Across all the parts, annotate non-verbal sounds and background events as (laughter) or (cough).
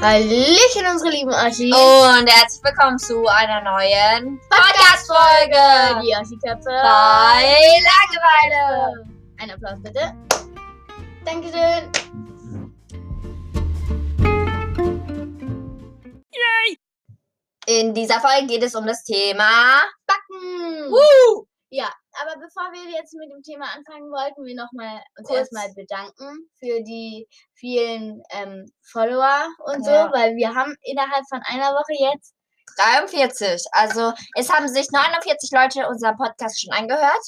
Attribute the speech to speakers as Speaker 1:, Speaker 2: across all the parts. Speaker 1: Hallöchen, unsere lieben Archis.
Speaker 2: Und herzlich willkommen zu einer neuen Podcast-Folge
Speaker 1: Äh, Die Archiköpfe.
Speaker 2: bei Langeweile.
Speaker 1: Ein Applaus bitte. Dankeschön.
Speaker 2: In dieser Folge geht es um das Thema
Speaker 1: Backen.
Speaker 2: uh,
Speaker 1: Aber bevor wir jetzt mit dem Thema anfangen, wollten wir nochmal uns
Speaker 2: Kurz.
Speaker 1: erstmal bedanken für die vielen ähm, Follower und
Speaker 2: Ja.
Speaker 1: so, weil wir haben innerhalb von einer Woche jetzt
Speaker 2: 43. Also es haben sich 49 Leute unseren Podcast schon angehört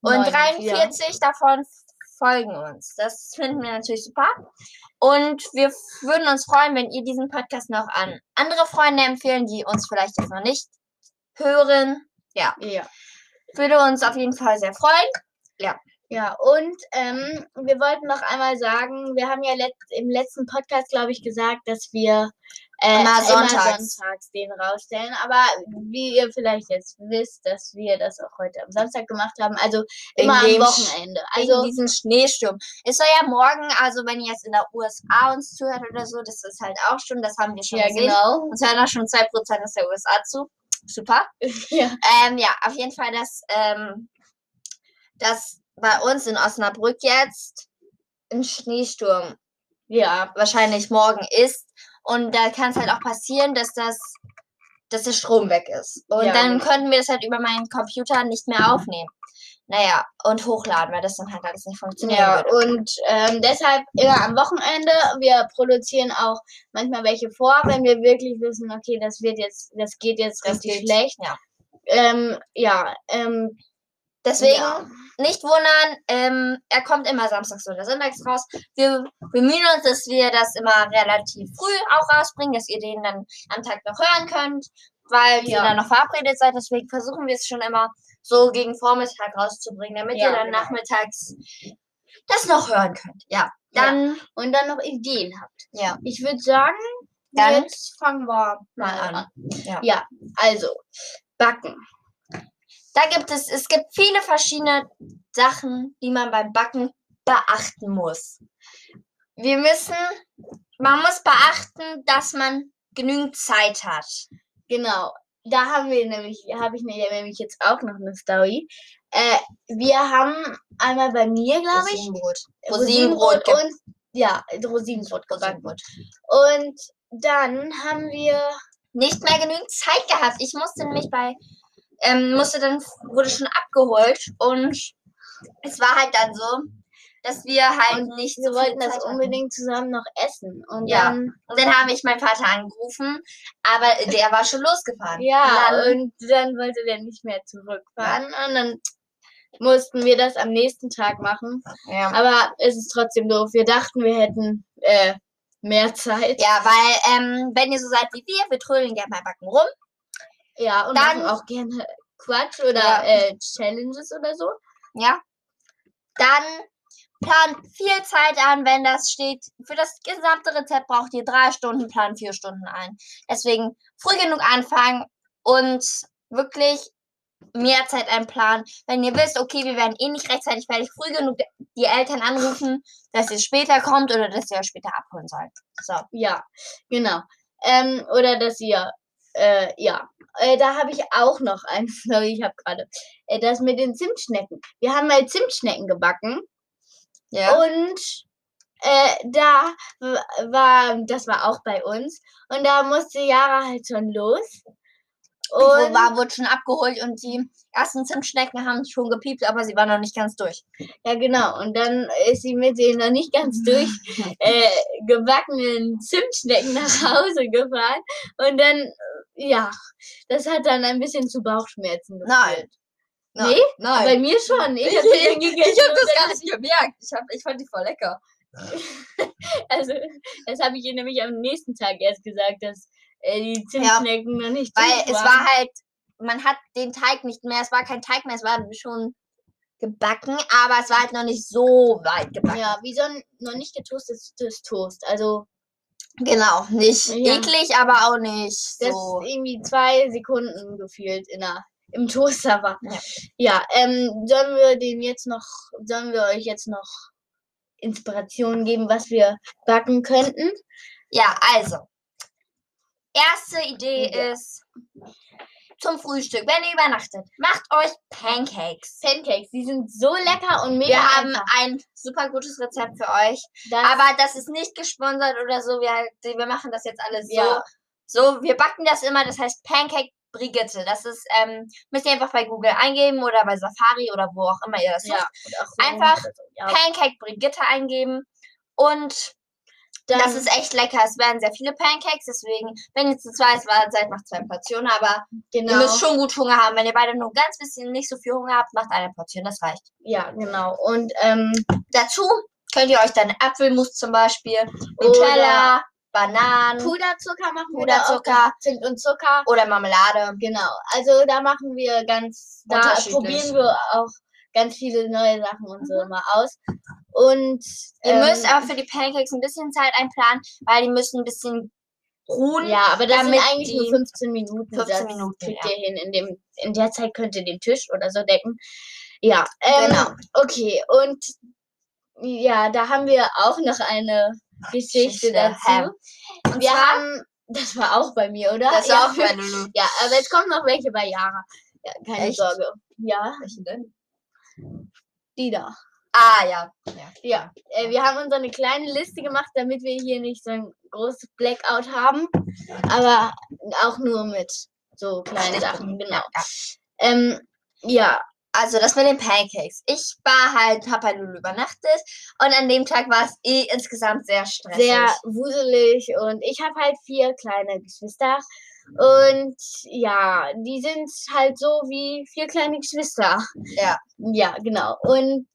Speaker 2: und
Speaker 1: neun,
Speaker 2: 43 davon folgen uns. Das finden wir natürlich super. Und wir f- würden uns freuen, wenn ihr diesen Podcast noch an andere Freunde empfehlen, die uns vielleicht jetzt noch nicht hören.
Speaker 1: Ja. ja.
Speaker 2: Würde uns auf jeden Fall sehr freuen.
Speaker 1: Ja, und ähm, wir wollten noch einmal sagen, wir haben ja let im letzten Podcast, glaube ich, gesagt, dass wir äh,
Speaker 2: Immer sonntags.
Speaker 1: sonntags den rausstellen. Aber wie ihr vielleicht jetzt wisst, dass wir das auch heute am Samstag gemacht haben. Also
Speaker 2: Wegen
Speaker 1: immer am
Speaker 2: dem Sch-
Speaker 1: Wochenende.
Speaker 2: Also
Speaker 1: Also
Speaker 2: wegen diesem Schneesturm. Es soll ja morgen, also wenn ihr jetzt in der USA uns zuhört oder so, das ist halt auch schon, das haben wir schon
Speaker 1: ja,
Speaker 2: gesehen.
Speaker 1: genau.
Speaker 2: Uns hören auch schon 2% aus der USA zu. Super.
Speaker 1: (laughs) Ja,
Speaker 2: Ähm, ja, auf jeden Fall, dass, ähm, dass bei uns in Osnabrück jetzt ein Schneesturm
Speaker 1: ja,
Speaker 2: wahrscheinlich morgen ist. Und da kann es halt auch passieren, dass das dass der Strom weg ist. Und
Speaker 1: Ja,
Speaker 2: dann
Speaker 1: genau.
Speaker 2: könnten wir das halt über meinen Computer nicht mehr aufnehmen. Naja, und hochladen, weil das dann halt alles nicht funktioniert.
Speaker 1: ja. Und ähm, deshalb immer am Wochenende. Wir produzieren auch manchmal welche vor, wenn wir wirklich wissen, okay, das wird jetzt, das geht jetzt
Speaker 2: Das
Speaker 1: richtig
Speaker 2: geht,
Speaker 1: schlecht.
Speaker 2: ja.
Speaker 1: Ähm, ja, ähm,
Speaker 2: Deswegen
Speaker 1: Ja.
Speaker 2: nicht wundern, ähm, er kommt immer samstags oder sonntags raus. Wir bemühen uns, dass wir das immer relativ früh auch rausbringen, dass ihr den dann am Tag noch hören könnt, weil ihr
Speaker 1: Ja.
Speaker 2: dann noch verabredet seid. Deswegen versuchen wir es schon immer so gegen Vormittag rauszubringen, damit
Speaker 1: Ja,
Speaker 2: ihr dann
Speaker 1: genau.
Speaker 2: nachmittags das noch hören könnt. Ja,
Speaker 1: Ja.
Speaker 2: dann
Speaker 1: und dann noch Ideen habt.
Speaker 2: Ja.
Speaker 1: Ich würde sagen,
Speaker 2: Dann
Speaker 1: jetzt fangen wir mal an.
Speaker 2: Ja.
Speaker 1: Ja, also backen.
Speaker 2: Da gibt es, es gibt viele verschiedene Sachen, die man beim Backen beachten muss. Wir müssen, man muss beachten, dass man genügend Zeit hat.
Speaker 1: Genau. Da haben wir nämlich, habe ich mir nämlich jetzt auch noch eine Story. Äh, wir haben einmal bei mir, glaube ich,
Speaker 2: Rosinenbrot. Rosinenbrot
Speaker 1: Rosinenbrot
Speaker 2: gibt-
Speaker 1: und ja, Rosinenbrot gebacken.
Speaker 2: Rosinenbrot.
Speaker 1: Und dann haben wir
Speaker 2: Nicht mehr genügend Zeit gehabt. Ich musste nämlich bei, ähm, musste dann, wurde schon abgeholt und es war halt dann so, dass wir halt nicht
Speaker 1: wir
Speaker 2: so viel
Speaker 1: wollten das
Speaker 2: Zeit hatten.
Speaker 1: unbedingt zusammen noch essen und
Speaker 2: Ja.
Speaker 1: dann
Speaker 2: Und dann habe ich meinen Vater angerufen, aber der war schon losgefahren.
Speaker 1: Ja,
Speaker 2: Und dann-
Speaker 1: und dann wollte der nicht mehr zurückfahren und dann mussten wir das am nächsten Tag machen.
Speaker 2: ja.
Speaker 1: Aber es ist trotzdem doof. Wir dachten, wir hätten äh, mehr Zeit.
Speaker 2: Ja, weil ähm, wenn ihr so seid wie wir, wir trödeln gerne mal backen rum.
Speaker 1: Ja, und
Speaker 2: Dann-
Speaker 1: machen auch gerne Quatsch oder
Speaker 2: Ja.
Speaker 1: äh, Challenges oder so.
Speaker 2: Ja. Dann plant viel Zeit an, wenn das steht. Für das gesamte Rezept braucht ihr drei Stunden, plant vier Stunden ein. Deswegen früh genug anfangen und wirklich mehr Zeit einplanen. Wenn ihr wisst, okay, wir werden eh nicht rechtzeitig fertig, früh genug die Eltern anrufen, dass ihr später kommt oder dass ihr euch später abholen sollt. So.
Speaker 1: Ja, genau. Ähm, oder dass ihr, äh, ja. Äh, da habe ich auch noch (laughs) eine Story. Ich habe gerade äh, das mit den Zimtschnecken. Wir haben mal Zimtschnecken gebacken
Speaker 2: Ja.
Speaker 1: Und äh, da w- war, das war auch bei uns. Und da musste Jara halt schon los.
Speaker 2: Und
Speaker 1: Und
Speaker 2: war, wurde schon abgeholt und die ersten Zimtschnecken haben schon gepiept, aber sie waren noch nicht ganz durch.
Speaker 1: ja, genau. Und dann ist sie mit den noch nicht ganz
Speaker 2: (laughs)
Speaker 1: durch äh, gebackenen Zimtschnecken nach Hause gefahren. Und dann, äh, ja, das hat dann ein bisschen zu Bauchschmerzen geführt.
Speaker 2: Nein.
Speaker 1: Nee? Bei mir schon. Ich,
Speaker 2: Ich-
Speaker 1: hab die dann gegessen. und dann hat
Speaker 2: nicht gemerkt. Ich, hab, ich fand die voll lecker.
Speaker 1: Also, das habe ich ihr nämlich am nächsten Tag erst gesagt, dass äh, die Zimtschnecken noch nicht
Speaker 2: Weil
Speaker 1: durch
Speaker 2: es
Speaker 1: waren.
Speaker 2: war halt, man hat den Teig nicht mehr, es war kein Teig mehr, es war schon gebacken, aber es war halt noch nicht so weit gebacken.
Speaker 1: Ja, wie so ein noch nicht getoastetes Toast. Also,
Speaker 2: Genau, nicht
Speaker 1: Ja.
Speaker 2: eklig, aber auch nicht
Speaker 1: das
Speaker 2: so.
Speaker 1: ist irgendwie zwei Sekunden gefühlt in der, im Toaster war.
Speaker 2: Ja.
Speaker 1: Ja, ähm, sollen wir den jetzt noch, sollen wir euch jetzt noch Inspiration geben, was wir backen könnten?
Speaker 2: Ja, also. Erste Idee
Speaker 1: Ja.
Speaker 2: ist zum Frühstück, wenn ihr übernachtet, macht euch Pancakes.
Speaker 1: Pancakes, die sind so lecker und mega
Speaker 2: Wir haben
Speaker 1: einfach.
Speaker 2: ein super gutes Rezept für euch.
Speaker 1: Das,
Speaker 2: Aber das ist nicht gesponsert oder so. Wir, halt, wir machen das jetzt alles so.
Speaker 1: Ja.
Speaker 2: So, wir backen das immer. Das heißt Pancake Brigitte. Das ist, ähm, müsst ihr einfach bei Google eingeben oder bei Safari oder wo auch immer ihr das
Speaker 1: ja,
Speaker 2: macht.
Speaker 1: und auch so-
Speaker 2: einfach
Speaker 1: ja,
Speaker 2: Pancake Brigitte eingeben. Und
Speaker 1: dann,
Speaker 2: das ist echt lecker. Es werden sehr viele Pancakes. Deswegen, wenn ihr zu zweit wart, seid, macht zwei Portionen. Aber
Speaker 1: genau,
Speaker 2: ihr müsst schon gut Hunger haben. Wenn ihr beide nur ganz bisschen nicht so viel Hunger habt, macht eine Portion. Das reicht.
Speaker 1: ja, genau. Und ähm,
Speaker 2: Dazu könnt ihr euch dann Apfelmus zum Beispiel,
Speaker 1: Oder-
Speaker 2: Nutella, Bananen.
Speaker 1: Puderzucker machen wir da auch.
Speaker 2: Puderzucker
Speaker 1: Zimt und Zucker.
Speaker 2: oder Marmelade.
Speaker 1: Genau. Also da machen wir ganz, da
Speaker 2: Unterschiedlich. Mhm.
Speaker 1: probieren wir auch ganz viele neue Sachen und so immer aus. Und
Speaker 2: Ihr
Speaker 1: ähm,
Speaker 2: müsst aber für die Pancakes ein bisschen Zeit einplanen, weil die müssen ein bisschen ruhen.
Speaker 1: ja, aber das sind
Speaker 2: damit
Speaker 1: eigentlich nur
Speaker 2: die-
Speaker 1: 15 Minuten.
Speaker 2: 15
Speaker 1: das
Speaker 2: Minuten,
Speaker 1: kriegt
Speaker 2: ja.
Speaker 1: ihr hin. In, dem, in der Zeit könnt ihr den Tisch oder so decken. Ja, ähm,
Speaker 2: Genau.
Speaker 1: Okay, und ja, da haben wir auch noch eine Geschichte
Speaker 2: Geschichte,
Speaker 1: dazu.
Speaker 2: hä? Und
Speaker 1: wir
Speaker 2: zwar-
Speaker 1: haben, das war auch bei mir, oder?
Speaker 2: Das ist
Speaker 1: ja.
Speaker 2: auch bei Lulu.
Speaker 1: (laughs) Ja, aber jetzt kommen noch welche bei Yara. Ja, keine
Speaker 2: Echt?
Speaker 1: Sorge. Ja,
Speaker 2: denn?
Speaker 1: die da.
Speaker 2: Ah, ja.
Speaker 1: Ja, äh, wir haben uns eine kleine Liste gemacht, damit wir hier nicht so ein großes Blackout haben. Aber auch nur mit so kleinen Sachen, genau. Ähm, ja,
Speaker 2: Also das mit den Pancakes. Ich war halt, hab bei Lulu übernachtet und an dem Tag war es eh insgesamt sehr stressig.
Speaker 1: sehr wuselig und ich habe halt vier kleine Geschwister. Und ja, die sind halt so wie vier kleine Geschwister.
Speaker 2: Ja.
Speaker 1: Ja, genau. Und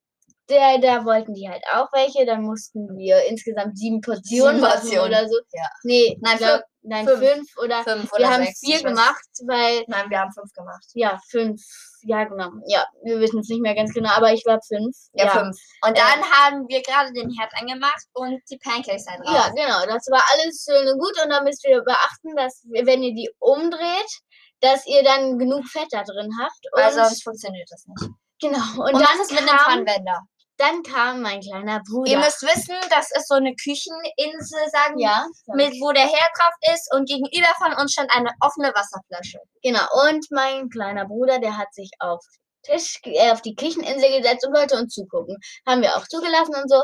Speaker 1: der, da wollten die halt auch welche. Dann mussten wir insgesamt sieben Portionen machen
Speaker 2: Portionen,
Speaker 1: oder so.
Speaker 2: ja.
Speaker 1: Nee,
Speaker 2: Nein,
Speaker 1: ich glaub, nein,
Speaker 2: fünf.
Speaker 1: fünf, oder
Speaker 2: Fünf
Speaker 1: wir
Speaker 2: oder
Speaker 1: haben
Speaker 2: sechs.
Speaker 1: vier
Speaker 2: ich weiß-
Speaker 1: gemacht, weil,
Speaker 2: Nein, wir haben fünf gemacht.
Speaker 1: ja, fünf. Ja, genau. Ja, wir wissen es nicht mehr ganz genau, aber ich war fünf.
Speaker 2: Ja, fünf. Und
Speaker 1: Ja.
Speaker 2: dann haben wir gerade den Herd angemacht und die Pancakes dann drauf.
Speaker 1: Ja, genau. Das war alles schön und gut. Und da müsst ihr beachten, dass, wir- wenn ihr die umdreht, dass ihr dann genug Fett da drin habt. Und,
Speaker 2: Weil sonst funktioniert das nicht.
Speaker 1: genau. Und,
Speaker 2: Also Und, das
Speaker 1: dann,
Speaker 2: ist mit einem
Speaker 1: kam,
Speaker 2: Pfannenwender.
Speaker 1: dann kam mein kleiner Bruder.
Speaker 2: Ihr müsst wissen, das ist so eine Kücheninsel, sagen wir,
Speaker 1: ja,
Speaker 2: mit, wo der Herd drauf ist und gegenüber von uns stand eine offene Wasserflasche.
Speaker 1: Genau, und mein kleiner Bruder, der hat sich auf Tisch, ge- äh, auf die Kücheninsel gesetzt und wollte uns zugucken. Haben wir auch zugelassen und so.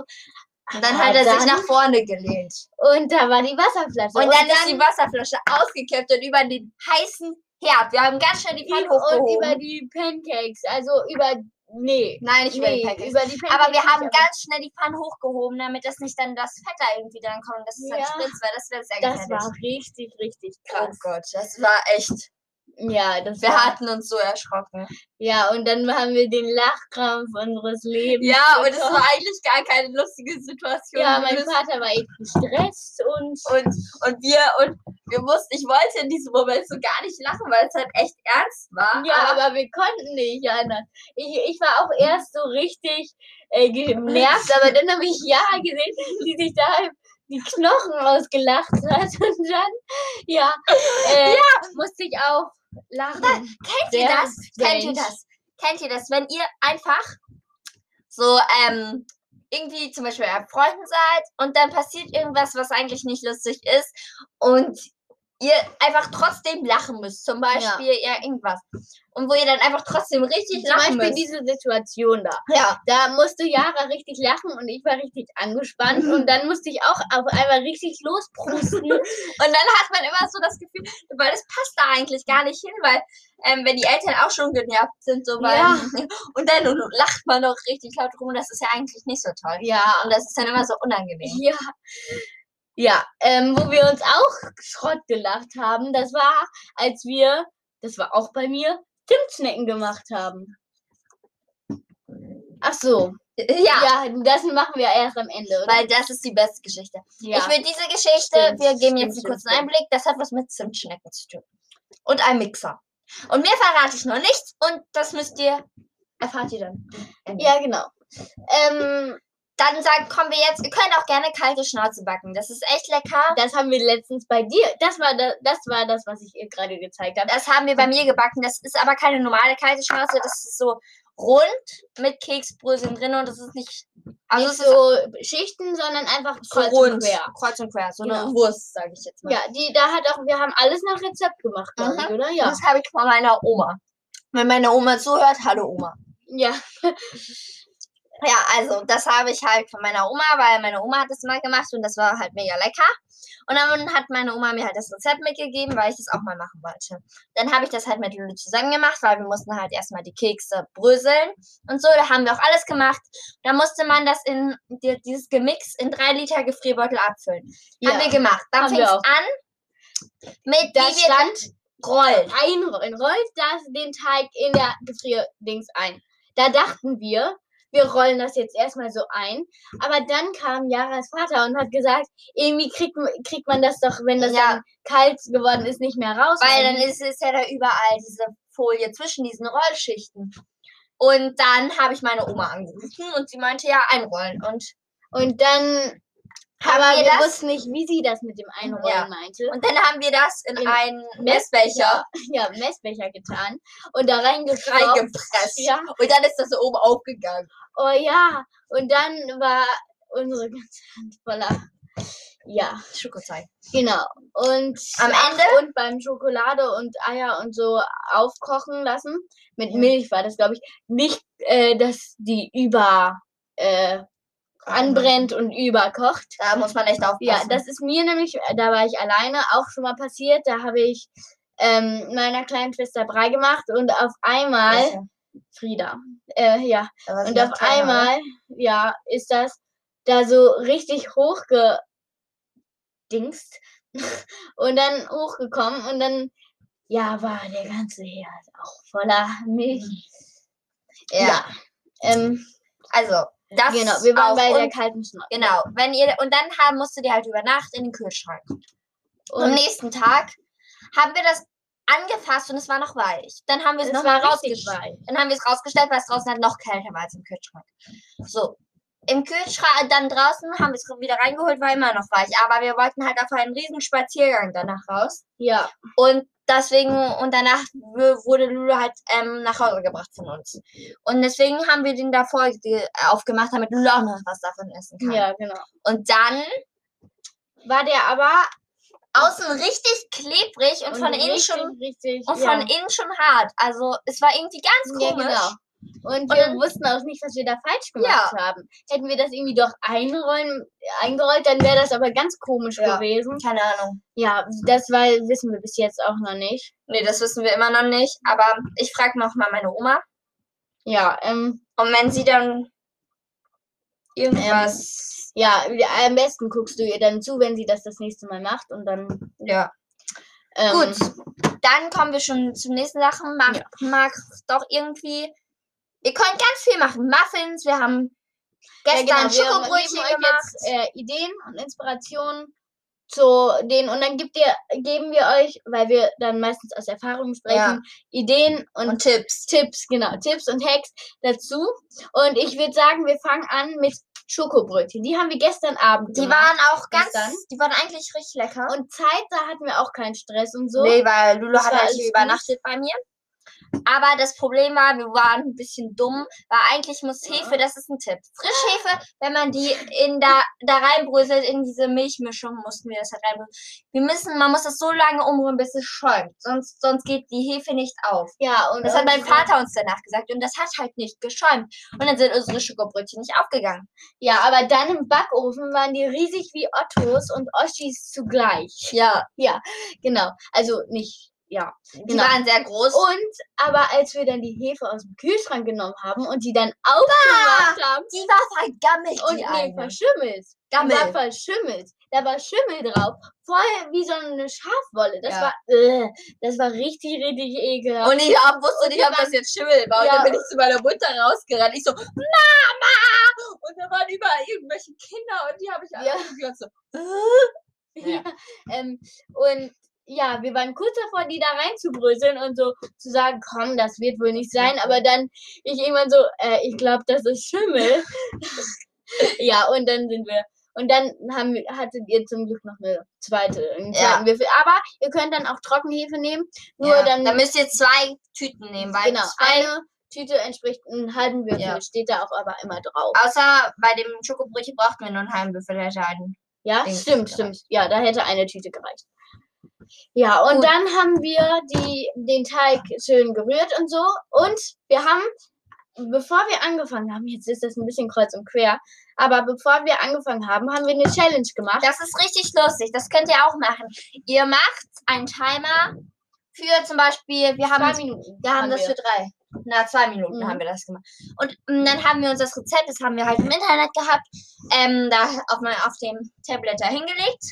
Speaker 2: Und dann
Speaker 1: Aber
Speaker 2: hat er sich
Speaker 1: Ah, dann-
Speaker 2: nach vorne gelehnt.
Speaker 1: Und da war die Wasserflasche.
Speaker 2: und, dann ist die Wasserflasche ausgekippt und über den heißen Herd. Wir haben ganz schnell die Pfanne
Speaker 1: über, und über
Speaker 2: hochgehoben.
Speaker 1: die Pancakes, also über, nee.
Speaker 2: Nein, nicht über
Speaker 1: nee,
Speaker 2: die Pancakes.
Speaker 1: über die Pancakes.
Speaker 2: Aber wir haben
Speaker 1: nicht,
Speaker 2: ganz schnell die Pfanne hochgehoben, damit das nicht dann das Fett da irgendwie dran kommt. Das ist dann
Speaker 1: Ja.
Speaker 2: spritzt, weil das wäre sehr
Speaker 1: aber Das
Speaker 2: gefährlich.
Speaker 1: war richtig, richtig krass.
Speaker 2: Oh Gott, das war echt.
Speaker 1: Ja, das
Speaker 2: Wir
Speaker 1: war,
Speaker 2: hatten uns so erschrocken.
Speaker 1: ja, und dann haben wir den Lachkrampf unseres Lebens.
Speaker 2: Ja, und es
Speaker 1: bekommen.
Speaker 2: war eigentlich gar keine lustige Situation.
Speaker 1: Ja,
Speaker 2: Wir
Speaker 1: mein
Speaker 2: müssen-
Speaker 1: Vater war echt gestresst und
Speaker 2: Und, und wir und wir mussten, ich wollte in diesem Moment so gar nicht lachen, weil es halt echt ernst war.
Speaker 1: Ja, Ah, aber wir konnten nicht anders. Ich, ich war auch erst so richtig äh, genervt, aber dann habe ich Jara gesehen, die sich da halt die Knochen ausgelacht hat (laughs) und dann, ja, äh, musste ich auch lachen.
Speaker 2: kennt ihr
Speaker 1: sehr
Speaker 2: das? Kennt ihr
Speaker 1: strange.
Speaker 2: das? Kennt ihr das? Wenn ihr einfach so ähm, irgendwie zum Beispiel bei Freunden seid und dann passiert irgendwas, was eigentlich nicht lustig ist und ihr einfach trotzdem lachen müsst. Zum Beispiel ja. irgendwas. Und wo ihr dann einfach trotzdem richtig
Speaker 1: Zum
Speaker 2: lachen
Speaker 1: Beispiel
Speaker 2: müsst.
Speaker 1: diese Situation da.
Speaker 2: Ja.
Speaker 1: Da musste Jara richtig lachen und ich war richtig angespannt
Speaker 2: Mhm.
Speaker 1: und dann musste ich auch auf einmal richtig losprusten.
Speaker 2: (laughs) Und dann hat man immer so das Gefühl, weil das passt da eigentlich gar nicht hin, weil ähm, wenn die Eltern auch schon genervt sind, so weil,
Speaker 1: Ja.
Speaker 2: (laughs) und dann lacht man noch richtig laut rum, das ist ja eigentlich nicht so toll.
Speaker 1: ja,
Speaker 2: Und das ist dann immer so unangenehm.
Speaker 1: Ja. Ja, ähm, wo wir uns auch Schrott gelacht haben, das war, als wir, das war auch bei mir, Zimtschnecken gemacht haben. Ach so.
Speaker 2: Ja,
Speaker 1: Ja, das machen wir erst am Ende, oder?
Speaker 2: weil das ist die beste Geschichte.
Speaker 1: ja.
Speaker 2: Ich will diese Geschichte,
Speaker 1: Stimmt,
Speaker 2: wir geben
Speaker 1: stimmt,
Speaker 2: jetzt einen
Speaker 1: stimmt,
Speaker 2: kurzen
Speaker 1: stimmt.
Speaker 2: Einblick, das hat was mit Zimtschnecken zu tun. Und einem Mixer. Und mir verrate ich noch nichts und das müsst ihr, erfahrt ihr dann. am Ende.
Speaker 1: ja, genau. Ähm,
Speaker 2: Dann sagen, kommen wir jetzt, ihr könnt auch gerne kalte Schnauze backen. Das ist echt lecker.
Speaker 1: das haben wir letztens bei dir. Das war das, das, war das was ich ihr gerade gezeigt habe.
Speaker 2: Das haben wir bei mir gebacken. Das ist aber keine normale kalte Schnauze. Das ist so rund mit Keksbröseln drin und es ist nicht. Also
Speaker 1: nicht
Speaker 2: es ist
Speaker 1: so Schichten, sondern einfach kreuz und quer.
Speaker 2: Kreuz und quer. So eine
Speaker 1: Genau.
Speaker 2: Wurst, sage ich jetzt mal.
Speaker 1: Ja, die, da hat auch, wir haben alles nach Rezept gemacht, glaube ich, oder? Ja.
Speaker 2: Das habe ich von meiner Oma. Wenn meine Oma zuhört, hallo Oma.
Speaker 1: Ja.
Speaker 2: Ja, also das habe ich halt von meiner Oma, weil meine Oma hat das mal gemacht und das war halt mega lecker. Und dann hat meine Oma mir halt das Rezept mitgegeben, weil ich das auch mal machen wollte. Dann habe ich das halt mit Lulu zusammen gemacht, weil wir mussten halt erstmal die Kekse bröseln und so. Da haben wir auch alles gemacht. Da musste man das in die, dieses Gemix in drei Liter Gefrierbeutel abfüllen.
Speaker 1: ja.
Speaker 2: Haben wir gemacht. Dann
Speaker 1: Haben
Speaker 2: fing
Speaker 1: wir
Speaker 2: es
Speaker 1: auch.
Speaker 2: an mit
Speaker 1: da
Speaker 2: wie wir dann
Speaker 1: stand
Speaker 2: rollen.
Speaker 1: einrollen. Rollt das den Teig in der Gefrierdings ein. Da dachten wir, wir rollen das jetzt erstmal so ein. Aber dann kam Jaras Vater und hat gesagt, irgendwie kriegt, kriegt man das doch, wenn das
Speaker 2: Ja.
Speaker 1: dann kalt geworden ist, nicht mehr raus.
Speaker 2: Weil dann ist es ja da überall diese Folie zwischen diesen Rollschichten. Und dann habe ich meine Oma angerufen und sie meinte ja einrollen. Und,
Speaker 1: und dann,
Speaker 2: Haben
Speaker 1: aber
Speaker 2: wir
Speaker 1: wir
Speaker 2: das-
Speaker 1: wussten nicht, wie sie das mit dem Einrollen
Speaker 2: Ja.
Speaker 1: meinte.
Speaker 2: und dann haben wir das in
Speaker 1: In
Speaker 2: einen
Speaker 1: Messbecher.
Speaker 2: Messbecher
Speaker 1: Ja, Messbecher getan und da reingestopft.
Speaker 2: reingepresst.
Speaker 1: Ja,
Speaker 2: Und dann ist das so oben aufgegangen.
Speaker 1: oh ja. Und dann war unsere ganze Hand voller. Ja.
Speaker 2: Schokozeig.
Speaker 1: Genau. Und
Speaker 2: Am
Speaker 1: ach,
Speaker 2: Ende?
Speaker 1: und beim Schokolade und Eier und so aufkochen lassen. Mit
Speaker 2: Ja.
Speaker 1: Milch war das, glaube ich. Nicht, äh, dass die über äh, anbrennt und überkocht.
Speaker 2: Da muss man echt aufpassen.
Speaker 1: Ja, das ist mir nämlich, äh, da war ich alleine, auch schon mal passiert. Da habe ich ähm, meiner kleinen Schwester Brei gemacht und auf einmal
Speaker 2: Welche?
Speaker 1: Frieda. Äh, ja,
Speaker 2: Da war sie
Speaker 1: und
Speaker 2: noch
Speaker 1: auf
Speaker 2: kleiner, oder?
Speaker 1: einmal, ja, ist das da so richtig hochgedingst (laughs) und dann hochgekommen und dann, ja, war der ganze Herd auch voller Milch.
Speaker 2: Mhm. Ja.
Speaker 1: Ähm,
Speaker 2: Also, das
Speaker 1: genau, wir waren
Speaker 2: auch.
Speaker 1: bei der
Speaker 2: und,
Speaker 1: kalten Schnauze.
Speaker 2: Genau. Wenn ihr, und dann haben, musst du die halt über Nacht in den Kühlschrank. Und am
Speaker 1: Und
Speaker 2: nächsten Tag haben wir das angefasst und es war noch weich. Dann haben wir es
Speaker 1: es
Speaker 2: nochmal
Speaker 1: war richtig
Speaker 2: rausgestellt.
Speaker 1: weich.
Speaker 2: Dann haben wir es rausgestellt, weil es draußen halt noch kälter war als im Kühlschrank. So. Im Kühlschrank, dann draußen haben wir es wieder reingeholt, war immer noch weich. Aber wir wollten halt auf einen riesen Spaziergang danach raus.
Speaker 1: Ja,
Speaker 2: Und deswegen, und danach w- wurde Lulu halt ähm, nach Hause gebracht von uns. Und deswegen haben wir den davor ge- aufgemacht, damit Lulu auch noch was davon essen kann.
Speaker 1: ja, genau.
Speaker 2: Und dann
Speaker 1: War der aber
Speaker 2: außen richtig klebrig und, von innen
Speaker 1: richtig,
Speaker 2: schon
Speaker 1: richtig,
Speaker 2: Und
Speaker 1: ja.
Speaker 2: von innen schon hart. Also es war irgendwie ganz
Speaker 1: Ja,
Speaker 2: komisch.
Speaker 1: genau. Und wir
Speaker 2: dann-
Speaker 1: wussten auch nicht, was wir da falsch
Speaker 2: Ja.
Speaker 1: gemacht haben. Hätten wir das irgendwie doch einrollen, eingerollt, dann wäre das aber ganz komisch
Speaker 2: Ja.
Speaker 1: gewesen.
Speaker 2: Keine Ahnung.
Speaker 1: Ja, das war, wissen wir bis jetzt auch noch nicht.
Speaker 2: Nee, das wissen wir immer noch nicht. Aber ich frage mal meine Oma.
Speaker 1: Ja, ähm,
Speaker 2: Und wenn sie dann irgendwas.
Speaker 1: ja, am besten guckst du ihr dann zu, wenn sie das das nächste Mal macht und dann.
Speaker 2: ja.
Speaker 1: Ähm,
Speaker 2: Gut. Dann kommen wir schon zum nächsten Sachen. Macht, macht doch irgendwie. Ihr könnt ganz viel machen. Muffins, wir haben
Speaker 1: ja,
Speaker 2: gestern
Speaker 1: genau, wir
Speaker 2: Schokobrötchen
Speaker 1: geben euch
Speaker 2: gemacht.
Speaker 1: jetzt äh, Ideen und Inspirationen zu denen und dann gibt ihr, geben wir euch, weil wir dann meistens aus Erfahrung sprechen,
Speaker 2: Ja.
Speaker 1: Ideen und,
Speaker 2: und Tipps.
Speaker 1: Tipps, genau, Tipps und Hacks dazu. Und ich würde sagen, wir fangen an mit Schokobrötchen. Die haben wir gestern Abend
Speaker 2: Die
Speaker 1: gemacht.
Speaker 2: waren auch ganz.
Speaker 1: Gestern.
Speaker 2: Die waren eigentlich richtig lecker.
Speaker 1: und Zeit, da hatten wir auch keinen Stress und so.
Speaker 2: Nee, weil Lulu
Speaker 1: Das
Speaker 2: hat
Speaker 1: war
Speaker 2: halt
Speaker 1: alles
Speaker 2: hier
Speaker 1: gut.
Speaker 2: übernachtet bei mir. Aber das Problem war, wir waren ein bisschen dumm, weil eigentlich muss
Speaker 1: Ja.
Speaker 2: Hefe, das ist ein Tipp. Frischhefe, wenn man die in da, da reinbröselt, in diese Milchmischung, mussten wir das halt reinbröseln. Wir müssen, man muss das so lange umrühren, bis es schäumt. Sonst, sonst geht die Hefe nicht auf.
Speaker 1: Ja, und
Speaker 2: Das hat mein
Speaker 1: irgendwie-
Speaker 2: Vater uns danach gesagt und das hat halt nicht geschäumt. Und dann sind unsere Schokobrötchen nicht aufgegangen.
Speaker 1: Ja, aber dann im Backofen waren die riesig wie Ottos und Oschis zugleich.
Speaker 2: Ja,
Speaker 1: Genau. Also nicht, ja.
Speaker 2: die
Speaker 1: Genau.
Speaker 2: waren sehr groß.
Speaker 1: Und, aber als wir dann die Hefe aus dem Kühlschrank genommen haben und die dann aufgemacht haben
Speaker 2: die war vergammelt,
Speaker 1: und
Speaker 2: die
Speaker 1: nee,
Speaker 2: eine.
Speaker 1: verschimmelt. Die war
Speaker 2: Gammel.
Speaker 1: verschimmelt. Da war Schimmel drauf. Voll wie so eine Schafwolle. Das
Speaker 2: Ja.
Speaker 1: war, äh, das war richtig, richtig ekelhaft.
Speaker 2: Und ich hab, wusste nicht, ob das jetzt Schimmel war. Und
Speaker 1: Ja.
Speaker 2: dann bin ich zu meiner Mutter rausgerannt. Ich so, Mama! Und da waren überall irgendwelche Kinder und die habe ich alle
Speaker 1: Ja.
Speaker 2: angeglotzt. So,
Speaker 1: (laughs) Ja.
Speaker 2: Ja.
Speaker 1: ähm, und ja, wir waren kurz davor, die da reinzubröseln und so zu sagen, komm, das wird wohl nicht sein. Aber dann ich irgendwann so, äh, ich glaube, das ist
Speaker 2: (laughs)
Speaker 1: Schimmel. ja, und dann sind wir. Und dann haben, wir- hattet ihr zum Glück noch eine zweite, einen
Speaker 2: Ja.
Speaker 1: zweiten Würfel. Aber ihr könnt dann auch Trockenhefe nehmen. Nur
Speaker 2: ja.
Speaker 1: dann
Speaker 2: müsst ihr zwei Tüten nehmen, weil
Speaker 1: genau,
Speaker 2: zwei-
Speaker 1: eine Tüte entspricht einem halben Würfel.
Speaker 2: Ja.
Speaker 1: Steht da auch aber immer drauf.
Speaker 2: Außer bei dem Schokobrötchen brauchten wir nur einen halben Würfel hätte einen.
Speaker 1: Ja,
Speaker 2: Ding
Speaker 1: stimmt,
Speaker 2: gereicht.
Speaker 1: stimmt. Ja, da hätte eine Tüte gereicht. Ja, und
Speaker 2: Gut.
Speaker 1: dann haben wir die, den Teig schön gerührt und so. Und wir haben, bevor wir angefangen haben, jetzt ist das ein bisschen kreuz und quer, aber bevor wir angefangen haben, haben wir eine Challenge gemacht.
Speaker 2: Das ist richtig lustig. Das könnt ihr auch machen. Ihr macht einen Timer für zum Beispiel, wir haben,
Speaker 1: Zwei Minuten.
Speaker 2: wir haben das für drei. Na, zwei Minuten
Speaker 1: Mhm.
Speaker 2: haben wir das gemacht. Und mm, dann haben wir uns das Rezept, das haben wir halt im Internet gehabt, ähm, da auf, mein, auf dem Tablet da hingelegt.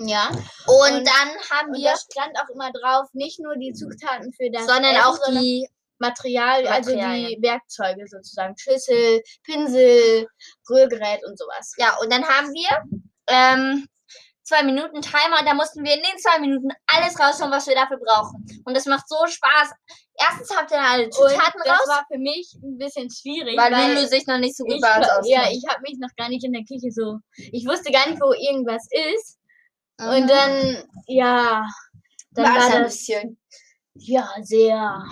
Speaker 1: Ja.
Speaker 2: Und,
Speaker 1: Und-
Speaker 2: dann haben
Speaker 1: Und
Speaker 2: wir,
Speaker 1: da stand auch immer drauf, nicht nur die Zutaten für das
Speaker 2: sondern
Speaker 1: Essen,
Speaker 2: auch
Speaker 1: sondern
Speaker 2: die,
Speaker 1: Material, also die
Speaker 2: Materialien.
Speaker 1: Werkzeuge sozusagen. Schüssel, Pinsel, Rührgerät und sowas.
Speaker 2: ja, und dann haben wir ähm, zwei Minuten Timer und da mussten wir in den zwei Minuten alles rausholen, was wir dafür brauchen. Und das macht so Spaß. Erstens habt ihr dann alle
Speaker 1: Und
Speaker 2: Zutaten
Speaker 1: das
Speaker 2: raus,
Speaker 1: war für mich ein bisschen schwierig,
Speaker 2: weil, Lulu sich noch nicht so gut
Speaker 1: ich,
Speaker 2: bei uns
Speaker 1: glaub-
Speaker 2: auskennt.
Speaker 1: ja, ich habe mich noch gar nicht in der Küche so. Ich wusste gar nicht, wo irgendwas ist. Und dann, ja, dann
Speaker 2: Mhm. war es
Speaker 1: war
Speaker 2: ein
Speaker 1: das
Speaker 2: bisschen
Speaker 1: ja sehr.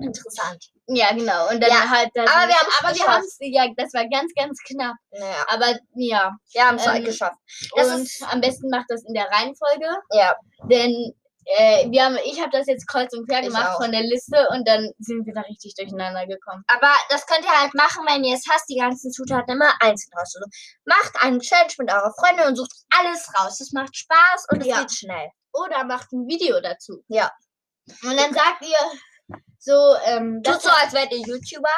Speaker 2: interessant.
Speaker 1: Ja, genau. Und dann
Speaker 2: Ja,
Speaker 1: halt das.
Speaker 2: aber wir haben's
Speaker 1: aber wir
Speaker 2: geschafft.
Speaker 1: haben es, ja, das war ganz, ganz knapp.
Speaker 2: Naja,
Speaker 1: Aber ja,
Speaker 2: wir haben es
Speaker 1: Ähm,
Speaker 2: halt geschafft. Das
Speaker 1: und
Speaker 2: ist-
Speaker 1: am besten macht das in der Reihenfolge.
Speaker 2: Ja,
Speaker 1: Denn äh, wir haben, ich habe das jetzt kreuz und quer
Speaker 2: Ich
Speaker 1: gemacht
Speaker 2: auch.
Speaker 1: von der Liste und dann sind wir da richtig durcheinander gekommen.
Speaker 2: aber das könnt ihr halt machen, wenn ihr es hasst, die ganzen Zutaten immer einzeln rauszusuchen. Macht einen Challenge mit eurer Freundin und sucht alles raus. Das macht Spaß und es
Speaker 1: Ja.
Speaker 2: geht schnell.
Speaker 1: Oder macht ein Video dazu.
Speaker 2: Ja.
Speaker 1: Und dann sagt ihr so, ähm,
Speaker 2: Tut
Speaker 1: das
Speaker 2: so, als wärt ihr YouTuber.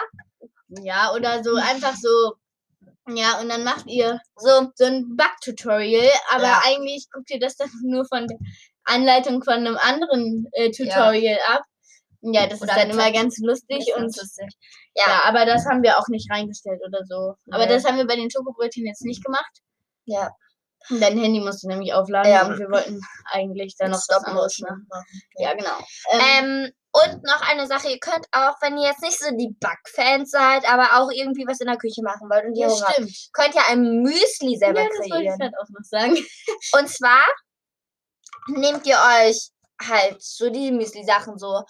Speaker 1: ja, oder so einfach so, ja, und dann macht ihr
Speaker 2: So,
Speaker 1: so ein Backtutorial, aber
Speaker 2: Ja.
Speaker 1: eigentlich guckt ihr das dann (laughs) nur von der Anleitung von einem anderen äh, Tutorial ab. Ja, das
Speaker 2: Oder
Speaker 1: ist dann immer
Speaker 2: Rezept.
Speaker 1: ganz lustig
Speaker 2: Ist
Speaker 1: und
Speaker 2: ganz
Speaker 1: lustig.
Speaker 2: Ja.
Speaker 1: Ja. aber das haben wir auch nicht reingestellt oder so. Aber
Speaker 2: Nee.
Speaker 1: das haben wir bei den Schokobrötchen jetzt nicht gemacht.
Speaker 2: Ja.
Speaker 1: Dein Handy musst du nämlich aufladen
Speaker 2: Ja.
Speaker 1: und wir wollten eigentlich dann noch was
Speaker 2: Stop
Speaker 1: anderes machen.
Speaker 2: Motion machen.
Speaker 1: Ja, genau. Ähm,
Speaker 2: Ähm, und noch eine Sache, ihr könnt auch, wenn ihr jetzt nicht so die Backfans seid, aber auch irgendwie was in der Küche machen wollt und ihr
Speaker 1: ja,
Speaker 2: Hunger habt,
Speaker 1: stimmt.
Speaker 2: könnt ihr ein Müsli
Speaker 1: Ja,
Speaker 2: selber
Speaker 1: das wollte ich
Speaker 2: kreieren.
Speaker 1: gerade auch noch
Speaker 2: (laughs)
Speaker 1: sagen.
Speaker 2: Und zwar nehmt ihr euch halt so die Müsli-Sachen, so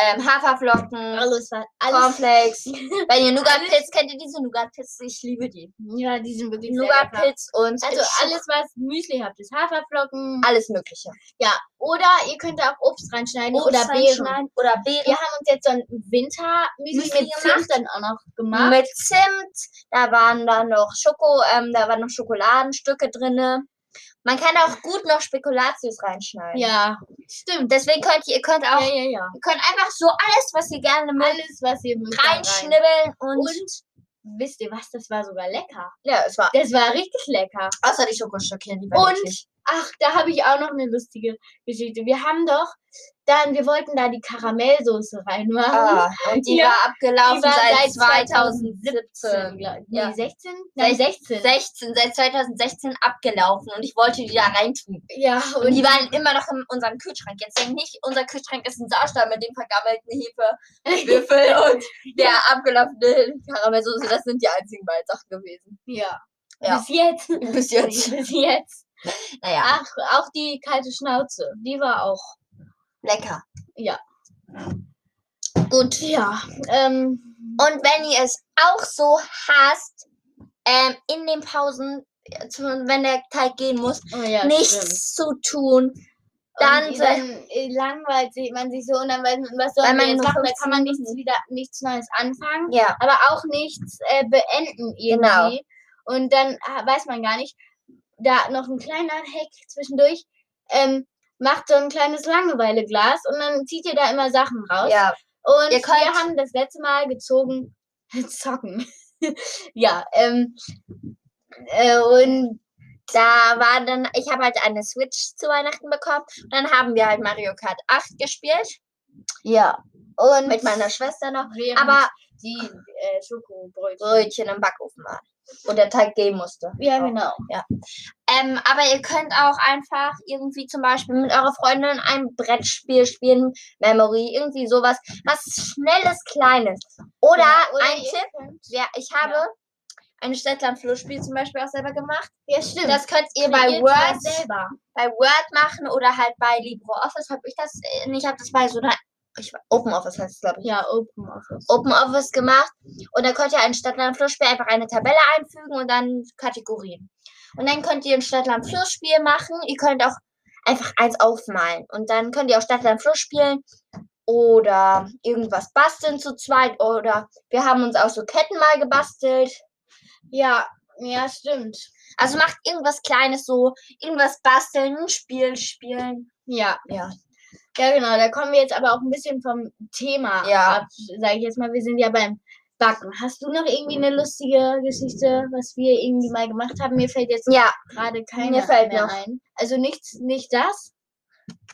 Speaker 2: ähm, Haferflocken,
Speaker 1: Alles, war- alles. (laughs)
Speaker 2: Cornflakes. Wenn ihr Nougat-Pilz, kennt ihr diese Nougat-Pilz? Ich liebe die.
Speaker 1: Ja, die sind wirklich sehr lecker.
Speaker 2: Nougat-Pilz und
Speaker 1: Also
Speaker 2: Schu- Ah,
Speaker 1: alles, was Müsli habt, ist Haferflocken.
Speaker 2: alles Mögliche.
Speaker 1: Ja, oder ihr könnt da auch Obst reinschneiden oder
Speaker 2: Obst
Speaker 1: Beeren.
Speaker 2: reinschneiden Oder Beeren.
Speaker 1: Wir haben uns jetzt so ein Wintermüsli
Speaker 2: Müsli
Speaker 1: mit Zimt dann auch noch gemacht.
Speaker 2: mit Zimt, da waren dann noch Schoko, ähm, da waren noch Schokoladenstücke drinne. Man kann auch gut noch Spekulatius reinschneiden.
Speaker 1: Ja, stimmt.
Speaker 2: Deswegen könnt ihr, ihr könnt auch,
Speaker 1: ja, ja, ja.
Speaker 2: ihr könnt einfach so alles, was ihr gerne mögt,
Speaker 1: Alles, was ihr mögt, da rein.
Speaker 2: reinschnibbeln und,
Speaker 1: Und wisst ihr was, das war sogar lecker.
Speaker 2: ja, es war
Speaker 1: Das war richtig lecker.
Speaker 2: außer die Schokostücke, die
Speaker 1: waren
Speaker 2: waren
Speaker 1: wirklich- Ach, da habe ich auch noch eine lustige Geschichte. Wir haben doch dann, wir wollten da die Karamellsoße reinmachen.
Speaker 2: ah, und die
Speaker 1: Ja,
Speaker 2: war abgelaufen
Speaker 1: die war
Speaker 2: seit,
Speaker 1: seit
Speaker 2: 2017.
Speaker 1: glaub ich. Nee,
Speaker 2: Ja.
Speaker 1: 16? Nein, 16.
Speaker 2: 16, seit 2016 abgelaufen und ich wollte die da reintun.
Speaker 1: Ja, (laughs)
Speaker 2: Und die waren immer noch in unserem Kühlschrank. Jetzt denkt nicht, unser Kühlschrank ist ein Saustall mit dem vergammelten
Speaker 1: (laughs)
Speaker 2: Hefewürfel und der abgelaufenen Karamellsoße. Das sind die einzigen beiden Sachen gewesen.
Speaker 1: ja.
Speaker 2: Ja.
Speaker 1: Bis jetzt.
Speaker 2: Bis
Speaker 1: (laughs)
Speaker 2: jetzt.
Speaker 1: Bis jetzt.
Speaker 2: Naja,
Speaker 1: Ach, auch die kalte Schnauze. Die war auch.
Speaker 2: lecker.
Speaker 1: Ja.
Speaker 2: Gut.
Speaker 1: Ja. Ähm,
Speaker 2: Und wenn ihr es auch so hasst, ähm, in den Pausen, äh, zu- wenn der Teig gehen muss,
Speaker 1: oh ja, stimmt.
Speaker 2: nichts zu tun.
Speaker 1: Dann,
Speaker 2: Dann-
Speaker 1: und dann äh, langweilt sich man sich so und dann weiß man, was soll
Speaker 2: Weil
Speaker 1: man
Speaker 2: man
Speaker 1: jetzt
Speaker 2: nur
Speaker 1: machen? Da
Speaker 2: 15
Speaker 1: kann man nichts
Speaker 2: Minuten-
Speaker 1: wieder, nichts Neues anfangen,
Speaker 2: Ja.
Speaker 1: aber auch nichts äh, beenden
Speaker 2: Genau.
Speaker 1: irgendwie. Und dann ah, weiß man gar nicht, da noch ein kleiner Hack zwischendurch, ähm, macht so ein kleines Langeweileglas und dann zieht ihr da immer Sachen raus.
Speaker 2: Ja.
Speaker 1: Und
Speaker 2: Ihr
Speaker 1: wir
Speaker 2: könnt-
Speaker 1: haben das letzte Mal gezogen, (laughs) zocken. (laughs) ja, ähm, äh, und
Speaker 2: Da war dann, ich habe halt eine Switch zu Weihnachten bekommen. Und dann haben wir halt Mario Kart 8 gespielt.
Speaker 1: ja, und
Speaker 2: mit meiner Schwester noch.
Speaker 1: während
Speaker 2: Aber
Speaker 1: die äh, Schokobrötchen.
Speaker 2: Brötchen im Backofen waren. Und der Teig gehen musste.
Speaker 1: Ja, genau.
Speaker 2: Ähm, aber ihr könnt auch einfach irgendwie zum Beispiel mit eurer Freundin ein Brettspiel spielen, Memory, irgendwie sowas, was Schnelles, Kleines. Oder,
Speaker 1: Ja, oder
Speaker 2: ein
Speaker 1: ihr
Speaker 2: Tipp,
Speaker 1: könnt-
Speaker 2: wer, ich habe ein Städtland-Flussspiel zum Beispiel auch selber gemacht.
Speaker 1: Ja, stimmt.
Speaker 2: Das könnt ihr bei
Speaker 1: Kreiert mal
Speaker 2: Word,
Speaker 1: selber.
Speaker 2: bei Word machen oder halt bei LibreOffice habe ich das, äh, ich habe das bei so einer ich, Open Office heißt es, glaube ich.
Speaker 1: Ja, Open Office.
Speaker 2: Open Office gemacht und da könnt ihr ein Stadtland-Flussspiel einfach eine Tabelle einfügen und dann Kategorien. Und dann könnt ihr ein Stadtland-Flussspiel machen. Ihr könnt auch einfach eins aufmalen und dann könnt ihr auch Stadtland-Fluss spielen oder irgendwas basteln zu zweit oder wir haben uns auch so Ketten mal gebastelt.
Speaker 1: Ja, ja, stimmt.
Speaker 2: Also macht irgendwas Kleines so, irgendwas basteln, ein Spiel spielen.
Speaker 1: Ja.
Speaker 2: Ja.
Speaker 1: Ja, genau. Da kommen wir jetzt aber auch ein bisschen vom Thema
Speaker 2: Ja.
Speaker 1: ab, sage ich jetzt mal. Wir sind ja beim Backen. Hast du noch irgendwie eine lustige Geschichte, was wir irgendwie mal gemacht haben? Mir fällt jetzt
Speaker 2: Ja,
Speaker 1: gerade keine
Speaker 2: mir fällt
Speaker 1: mehr
Speaker 2: noch.
Speaker 1: ein. Also nichts, nicht das.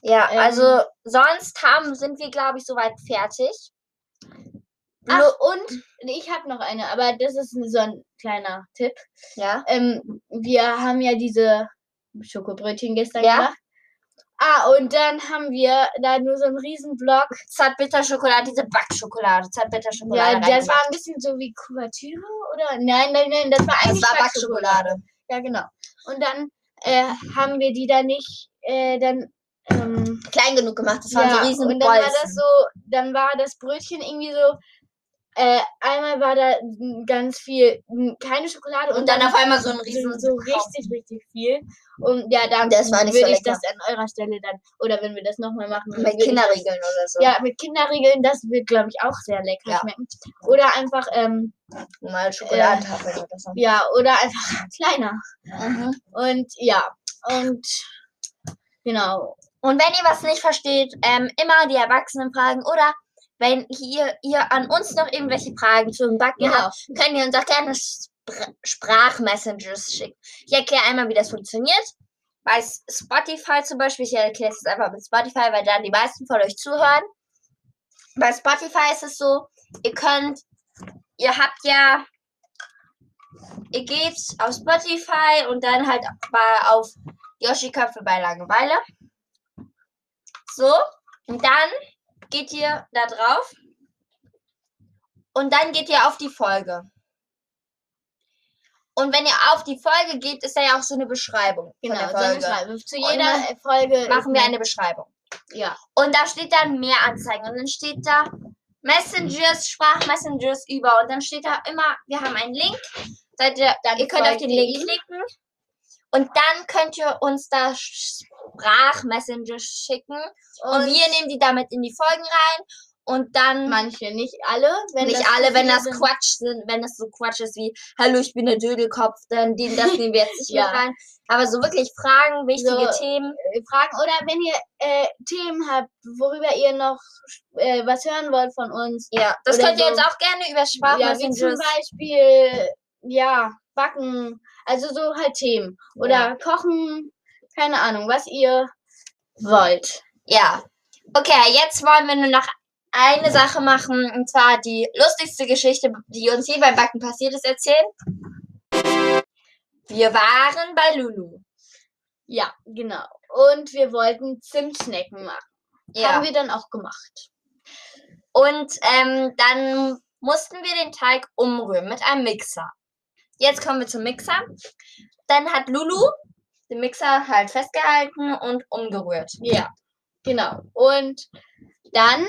Speaker 2: ja,
Speaker 1: Ähm.
Speaker 2: also sonst haben sind wir glaube ich soweit fertig.
Speaker 1: Ach,
Speaker 2: Nur-
Speaker 1: und ich habe noch eine, aber das ist so ein kleiner Tipp.
Speaker 2: ja.
Speaker 1: Ähm, wir haben ja diese Schokobrötchen gestern
Speaker 2: Ja.
Speaker 1: gemacht. Ah, und dann haben wir da nur so einen riesen Block.
Speaker 2: Zartbitterschokolade, diese Backschokolade, Zartbitterschokolade.
Speaker 1: Ja, das
Speaker 2: reingemacht.
Speaker 1: war ein bisschen so wie Kuvertüre, oder? Nein, nein, nein, das war
Speaker 2: das
Speaker 1: eigentlich
Speaker 2: war
Speaker 1: Backschokolade.
Speaker 2: Backschokolade.
Speaker 1: Ja, genau. Und dann äh, haben wir die da nicht, äh, dann, ähm,
Speaker 2: Klein genug gemacht, das waren
Speaker 1: ja,
Speaker 2: so riesen
Speaker 1: und dann war das
Speaker 2: Bolzen.
Speaker 1: so, dann war das Brötchen irgendwie so, äh, einmal war da mm, ganz viel, mm, keine Schokolade
Speaker 2: Und dann auf einmal so ein riesen
Speaker 1: so richtig, richtig viel. Und ja, dann
Speaker 2: Das war nicht so
Speaker 1: würde ich
Speaker 2: lecker.
Speaker 1: das an eurer Stelle dann, oder wenn wir das nochmal machen, würde
Speaker 2: mit
Speaker 1: ich das-
Speaker 2: Kinderregeln oder so.
Speaker 1: Ja, mit Kinderriegeln, das wird, glaube ich, auch sehr lecker
Speaker 2: Ja.
Speaker 1: schmecken. Oder einfach, ähm,
Speaker 2: Mal Schokoladentafeln oder so.
Speaker 1: ja, oder einfach (laughs) kleiner.
Speaker 2: Mhm.
Speaker 1: Und ja, und genau.
Speaker 2: Und wenn ihr was nicht versteht, ähm, immer die Erwachsenen fragen oder wenn ihr, ihr an uns noch irgendwelche Fragen zum Backen habt,
Speaker 1: Genau.
Speaker 2: könnt ihr uns auch gerne Spr Sprachmessages schicken. Ich erkläre einmal, wie das funktioniert. Bei S- Spotify zum Beispiel, ich erkläre es jetzt einfach mit Spotify, weil da die meisten von euch zuhören. Bei Spotify ist es so, ihr könnt, ihr habt ja, ihr geht auf Spotify und dann halt bei, auf Yoshi Köpfe bei Langeweile. So, und dann geht ihr da drauf und dann geht ihr auf die Folge. Und wenn ihr auf die Folge geht, ist da ja auch so eine Beschreibung.
Speaker 1: Genau, so
Speaker 2: von der
Speaker 1: eine Mhm.
Speaker 2: Folge.
Speaker 1: Schreibe. Zu
Speaker 2: Und
Speaker 1: jeder
Speaker 2: dann
Speaker 1: Folge
Speaker 2: machen
Speaker 1: ist
Speaker 2: wir
Speaker 1: ein-
Speaker 2: eine Beschreibung.
Speaker 1: Ja,
Speaker 2: Und da steht dann mehr Anzeigen. Und dann steht da Messengers, Sprachmessengers über. Und dann steht da immer, wir haben einen Link. Seid ihr,
Speaker 1: Dann
Speaker 2: ihr könnt auf
Speaker 1: folgt
Speaker 2: den
Speaker 1: ihr
Speaker 2: Link
Speaker 1: ihm.
Speaker 2: klicken. Und dann könnt ihr uns da Sprachmessengers schicken. Und, wir nehmen die damit in die Folgen rein. Und dann
Speaker 1: manche, nicht alle. Wenn
Speaker 2: nicht
Speaker 1: das zu
Speaker 2: alle, wenn
Speaker 1: viele
Speaker 2: das
Speaker 1: sind.
Speaker 2: Quatsch sind, wenn das so Quatsch ist wie, hallo, ich bin der Dödelkopf, dann den, (laughs) das nehmen wir jetzt nicht
Speaker 1: Ja.
Speaker 2: mit rein. Aber so wirklich Fragen, wichtige
Speaker 1: So,
Speaker 2: Themen.
Speaker 1: Äh, Fragen oder wenn ihr äh, Themen habt, worüber ihr noch äh, was hören wollt von uns.
Speaker 2: Ja, das
Speaker 1: oder
Speaker 2: könnt ihr
Speaker 1: so.
Speaker 2: jetzt auch gerne über
Speaker 1: Ja, wie zum
Speaker 2: Sprachmessengers.
Speaker 1: Beispiel, ja, backen, also so halt Themen. Oder kochen, keine Ahnung, was ihr wollt.
Speaker 2: Ja. Okay, jetzt wollen wir nur noch eine Sache machen, und zwar die lustigste Geschichte, die uns je beim Backen passiert ist, erzählen. Wir waren bei Lulu.
Speaker 1: Ja, genau. Und wir wollten Zimtschnecken machen.
Speaker 2: Ja.
Speaker 1: Haben wir dann auch gemacht.
Speaker 2: Und ähm, dann mussten wir den Teig umrühren mit einem Mixer. Jetzt kommen wir zum Mixer. Dann hat Lulu den Mixer halt festgehalten und umgerührt.
Speaker 1: Ja, genau. Und dann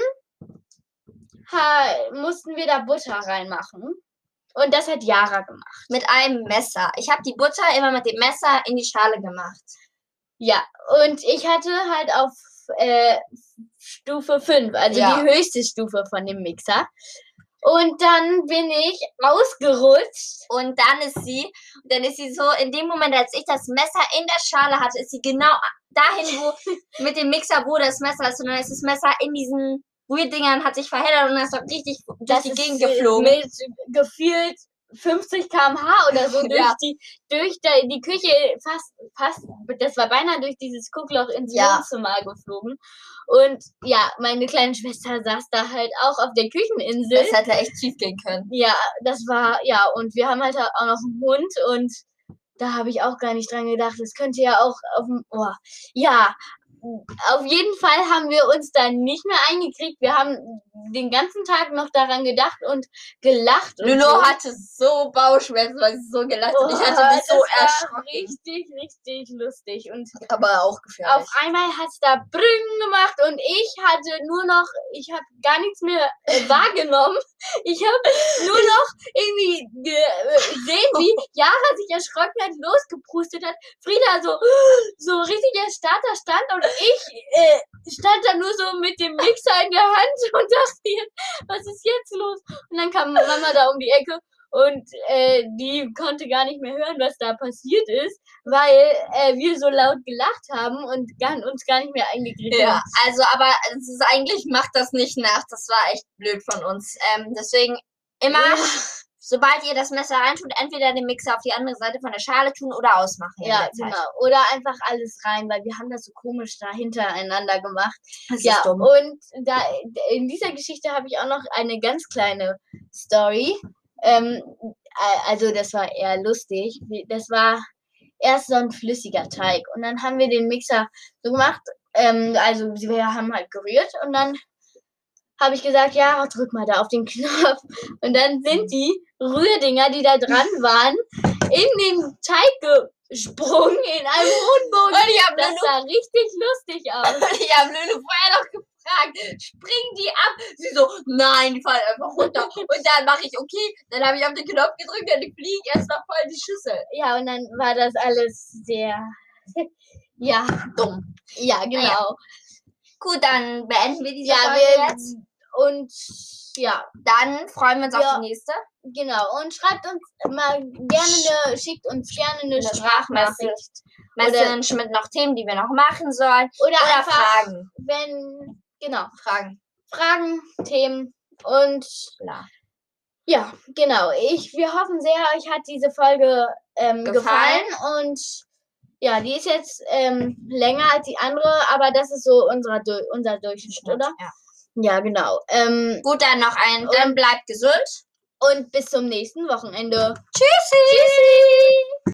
Speaker 1: ha, mussten wir da Butter reinmachen. Und das hat Yara gemacht.
Speaker 2: Mit einem Messer. Ich habe die Butter immer mit dem Messer in die Schale gemacht.
Speaker 1: Ja, und ich hatte halt auf äh, Stufe 5, also
Speaker 2: Ja.
Speaker 1: die höchste Stufe von dem Mixer. Und dann bin ich ausgerutscht.
Speaker 2: Und dann ist sie, und dann ist sie so, in dem Moment, als ich das Messer in der Schale hatte, ist sie genau dahin,
Speaker 1: (laughs)
Speaker 2: wo mit dem Mixer, wo das Messer ist. Und dann ist das Messer in diesen Rührdingern, hat sich verheddert und dann ist doch richtig durch die
Speaker 1: ist
Speaker 2: Gegend
Speaker 1: ge-
Speaker 2: geflogen.
Speaker 1: Mit gefühlt 50 km/h oder
Speaker 2: (laughs)
Speaker 1: so durch,
Speaker 2: Ja.
Speaker 1: die, durch die, die Küche fast, fast, das war beinahe durch dieses Guckloch ins
Speaker 2: Ja.
Speaker 1: Wohnzimmer geflogen. Und ja, meine kleine Schwester saß da halt auch auf der Kücheninsel.
Speaker 2: Das hätte echt schief gehen können.
Speaker 1: Ja, das war, ja, und wir haben halt auch noch einen Hund und da habe ich auch gar nicht dran gedacht. Das könnte ja auch auf dem Ohr. Ja, auf jeden Fall haben wir uns da nicht mehr eingekriegt. Wir haben den ganzen Tag noch daran gedacht und gelacht. Und Oh,
Speaker 2: Lulu hatte so Bauchschmerzen, weil sie so gelacht hat. Ich hatte mich
Speaker 1: das
Speaker 2: so
Speaker 1: war
Speaker 2: erschrocken.
Speaker 1: Richtig, richtig lustig. Und
Speaker 2: Aber auch
Speaker 1: auf
Speaker 2: gefährlich.
Speaker 1: einmal hat es da Brünn gemacht und ich hatte nur noch, ich habe gar nichts mehr äh, (laughs) wahrgenommen. Ich habe nur noch irgendwie ge- äh, gesehen, wie Jara sich erschrocken hat, losgeprustet hat. Frieda so, (gasps) so richtig erstarrt da stand und ich äh, stand da nur so mit dem Mixer in der Hand (laughs) und dachte, jetzt, was ist jetzt los? Und dann kam Mama da um die Ecke. Und äh, die konnte gar nicht mehr hören, was da passiert ist weil äh, wir so laut gelacht haben und gar, uns gar nicht mehr eingegriffen
Speaker 2: Ja,
Speaker 1: haben.
Speaker 2: also aber es ist eigentlich macht das nicht nach. Das war echt blöd von uns. Ähm, deswegen immer, sobald ihr das Messer reintut, entweder den Mixer auf die andere Seite von der Schale tun oder ausmachen. in
Speaker 1: Ja,
Speaker 2: der Zeit.
Speaker 1: genau. Oder einfach alles rein, weil wir haben das so komisch da hintereinander gemacht.
Speaker 2: Das
Speaker 1: ja,
Speaker 2: ist dumm.
Speaker 1: und da, in dieser Geschichte habe ich auch noch eine ganz kleine Story. Ähm, a- also das war eher lustig. Wie- Das war erst so ein flüssiger Teig und dann haben wir den Mixer so gemacht. Ähm, also wir haben halt gerührt und dann habe ich gesagt, ja, drück mal da auf den (laughs) Knopf. Und dann sind die Rührdinger, die da
Speaker 2: (laughs)
Speaker 1: dran waren, in den Teig gesprungen, in einem Rundbogen.
Speaker 2: Und ich habe
Speaker 1: Das
Speaker 2: Lulu,
Speaker 1: sah richtig lustig aus.
Speaker 2: und (laughs) ich hab Lulu vorher noch gefragt, springen die ab? Sie so, nein, die fallen einfach runter. Und dann mache ich, okay, dann habe ich auf den Knopf gedrückt, dann fliegen erst noch voll die Schüssel.
Speaker 1: Ja, und dann war das alles sehr. (laughs) Ja,
Speaker 2: Dumm.
Speaker 1: ja, genau.
Speaker 2: Gut, dann beenden wir diese
Speaker 1: Ja,
Speaker 2: Folge
Speaker 1: wir.
Speaker 2: jetzt.
Speaker 1: Und ja,
Speaker 2: Dann freuen wir uns
Speaker 1: Ja.
Speaker 2: auf die nächste.
Speaker 1: genau. Und schreibt uns mal gerne eine, schickt uns gerne eine
Speaker 2: Eine
Speaker 1: Sprachnachricht.
Speaker 2: Message mit noch Themen, die wir noch machen sollen.
Speaker 1: Oder,
Speaker 2: Oder
Speaker 1: einfach,
Speaker 2: Fragen.
Speaker 1: wenn. Genau.
Speaker 2: Fragen.
Speaker 1: Fragen, Themen. Und
Speaker 2: Klar.
Speaker 1: ja, genau. Ich, wir hoffen sehr, euch hat diese Folge ähm, gefallen.
Speaker 2: Gefallen.
Speaker 1: Und ja, die ist jetzt ähm, länger als die andere, aber das ist so unser, Du- unser Durchschnitt, oder?
Speaker 2: Ja.
Speaker 1: Ja, genau. Ähm,
Speaker 2: Gut, dann noch ein. Dann bleibt gesund.
Speaker 1: und bis zum nächsten Wochenende.
Speaker 2: Tschüssi. Tschüssi.